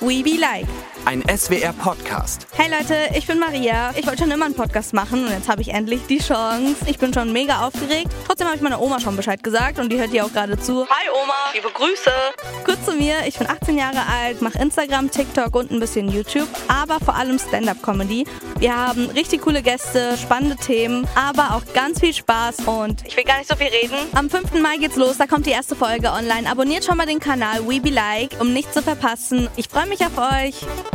We Be Like. Ein SWR-Podcast. Hey Leute, ich bin Maria. Ich wollte schon immer einen Podcast machen und jetzt habe ich endlich die Chance. Ich bin schon mega aufgeregt. Trotzdem habe ich meiner Oma schon Bescheid gesagt und die hört hier auch gerade zu. Hi Oma, liebe Grüße. Kurz zu mir, ich bin 18 Jahre alt, mache Instagram, TikTok und ein bisschen YouTube, aber vor allem Stand-up-Comedy. Wir haben richtig coole Gäste, spannende Themen, aber auch ganz viel Spaß und ich will gar nicht so viel reden. Am 5. Mai geht's los, da kommt die erste Folge online. Abonniert schon mal den Kanal We Be Like, um nichts zu verpassen. Ich freue mich auf euch.